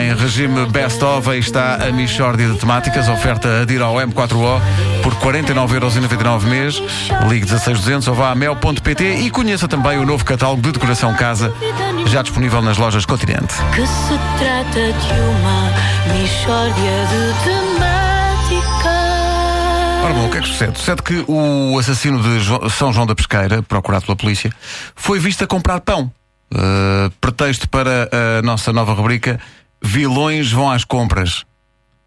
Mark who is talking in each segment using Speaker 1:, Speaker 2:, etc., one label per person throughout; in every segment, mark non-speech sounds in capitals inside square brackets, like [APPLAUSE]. Speaker 1: Em regime best-of, aí está a Michórdia de Temáticas, oferta a dir ao M4O por 49,99€ mês. Ligue 16200 ou vá a mel.pt e conheça também o novo catálogo de decoração casa, já disponível nas lojas Continente.
Speaker 2: que se trata de uma mistória de temáticas.
Speaker 1: Ora bom, o que é que sucede? Sucede que o assassino de Jo- São João da Pesqueira, procurado pela polícia, foi visto a comprar pão. Uh, pretexto para a nossa nova rubrica Vilões vão às compras.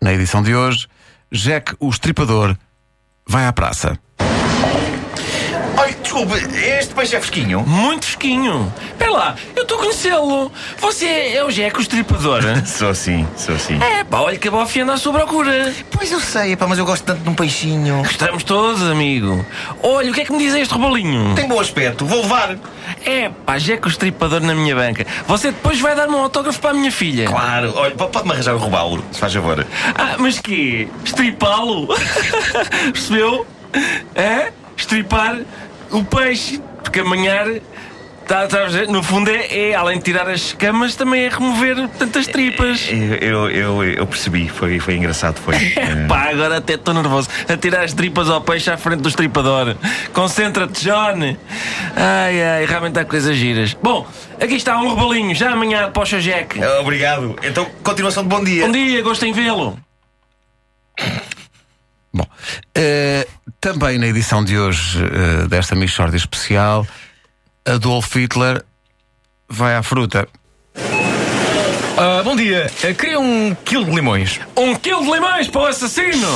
Speaker 1: Na edição de hoje, Jack o Estripador vai à praça.
Speaker 3: Olha, desculpe, este peixe é fresquinho.
Speaker 4: Muito fresquinho. Espera lá, eu estou a conhecê-lo. Você é o Jeco o Estripador?
Speaker 3: Sou sim, sou sim.
Speaker 4: é, pá, olha que a bofia anda à sua procura.
Speaker 3: Ah, Pois eu sei, epá, mas eu gosto tanto de um peixinho.
Speaker 4: Estamos todos, amigo. Olha, o que é que me diz este rebolinho?
Speaker 3: Tem bom aspecto, vou levar.
Speaker 4: É, pá, Jeco o Estripador na minha banca. Você depois vai dar-me um autógrafo para a minha filha.
Speaker 3: Claro, olha, po- pode-me arranjar o robalo, se faz favor.
Speaker 4: Ah, mas quê? Estripá-lo? [LAUGHS] Percebeu? É? Estripar o peixe. Porque amanhar. Tá, tá, no fundo é, é, além de tirar as escamas, também é remover tantas tripas.
Speaker 3: Eu, eu, eu, eu percebi, foi, foi engraçado, [LAUGHS] foi. Eh,
Speaker 4: Pá, agora até estou nervoso. A tirar as tripas ao peixe à frente do estripador. Concentra-te, John. Ai, ai, realmente há coisas giras. Bom, aqui está um rebolinho, já amanhã para o seu Jack.
Speaker 3: Obrigado. Então, continuação de bom dia.
Speaker 4: Bom dia, gosto em vê-lo.
Speaker 1: Bom, eh, também na edição de hoje eh, desta Michórdia especial, Adolf Hitler vai à fruta.
Speaker 5: Ah, bom dia. Ah, queria um quilo de limões.
Speaker 4: Um quilo de limões para o assassino.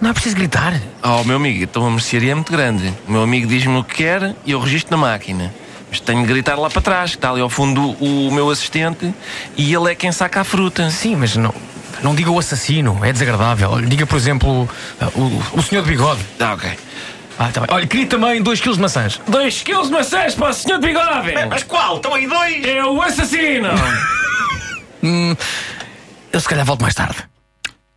Speaker 5: Não é preciso gritar.
Speaker 4: Oh, meu amigo, então a mercearia é muito grande. O meu amigo diz-me o que quer e eu registro na máquina. Mas tenho de gritar lá para trás, que está ali ao fundo o, o meu assistente e ele é quem saca a fruta.
Speaker 5: Sim, mas não, não diga o assassino. É desagradável. Olha, Diga, por exemplo, ah, o, o senhor de bigode.
Speaker 4: Ah, ok.
Speaker 5: Ah, tá bem. Olha, queria também dois quilos de maçãs.
Speaker 4: Dois quilos de maçãs para o senhor de bigode!
Speaker 3: Mas qual? Estão aí dois?
Speaker 4: É o assassino!
Speaker 5: Eu se calhar volto mais tarde.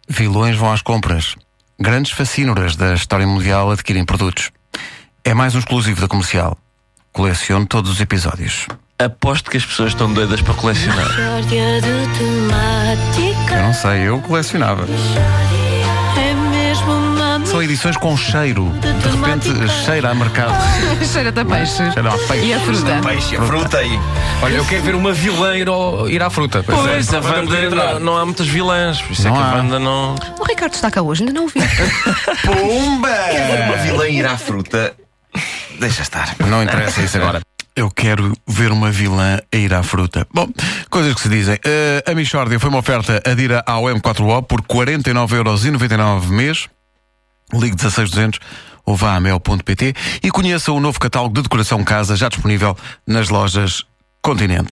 Speaker 1: Vilões vão às compras. Grandes fascínoras da história mundial adquirem produtos. É mais um exclusivo da comercial. Coleciono todos os episódios.
Speaker 4: Aposto que as pessoas estão doidas para colecionar.
Speaker 2: Mistória de
Speaker 1: Eu não
Speaker 2: temáticas.
Speaker 1: sei, eu colecionava.
Speaker 2: É mesmo uma
Speaker 1: São edições com cheiro. De repente cheira a mercado.
Speaker 6: [LAUGHS] Cheira a peixe.
Speaker 1: Cheira a peixe.
Speaker 6: E a fruta.
Speaker 3: Peixe, fruta aí.
Speaker 5: Olha, eu quero ver uma vilã ir, ao- ir à fruta. é.
Speaker 4: Pois, a
Speaker 5: Para poder
Speaker 4: Wanda
Speaker 5: entrar.
Speaker 4: não, não há muitas vilãs, por isso
Speaker 1: Não
Speaker 4: é que
Speaker 1: há.
Speaker 4: a Wanda não.
Speaker 6: O Ricardo está cá hoje, ainda não o vi. É
Speaker 3: Uma vilã irá à fruta. Deixa estar.
Speaker 1: Não interessa isso agora. Eu quero ver uma vilã a ir à fruta. Bom, coisas que se dizem. Eh, a Michórdia foi uma oferta adira ao M4O por 49,99€ mês. Ligue 16200 ou vá a mel.pt e conheça o novo catálogo de decoração casa já disponível nas lojas Continente.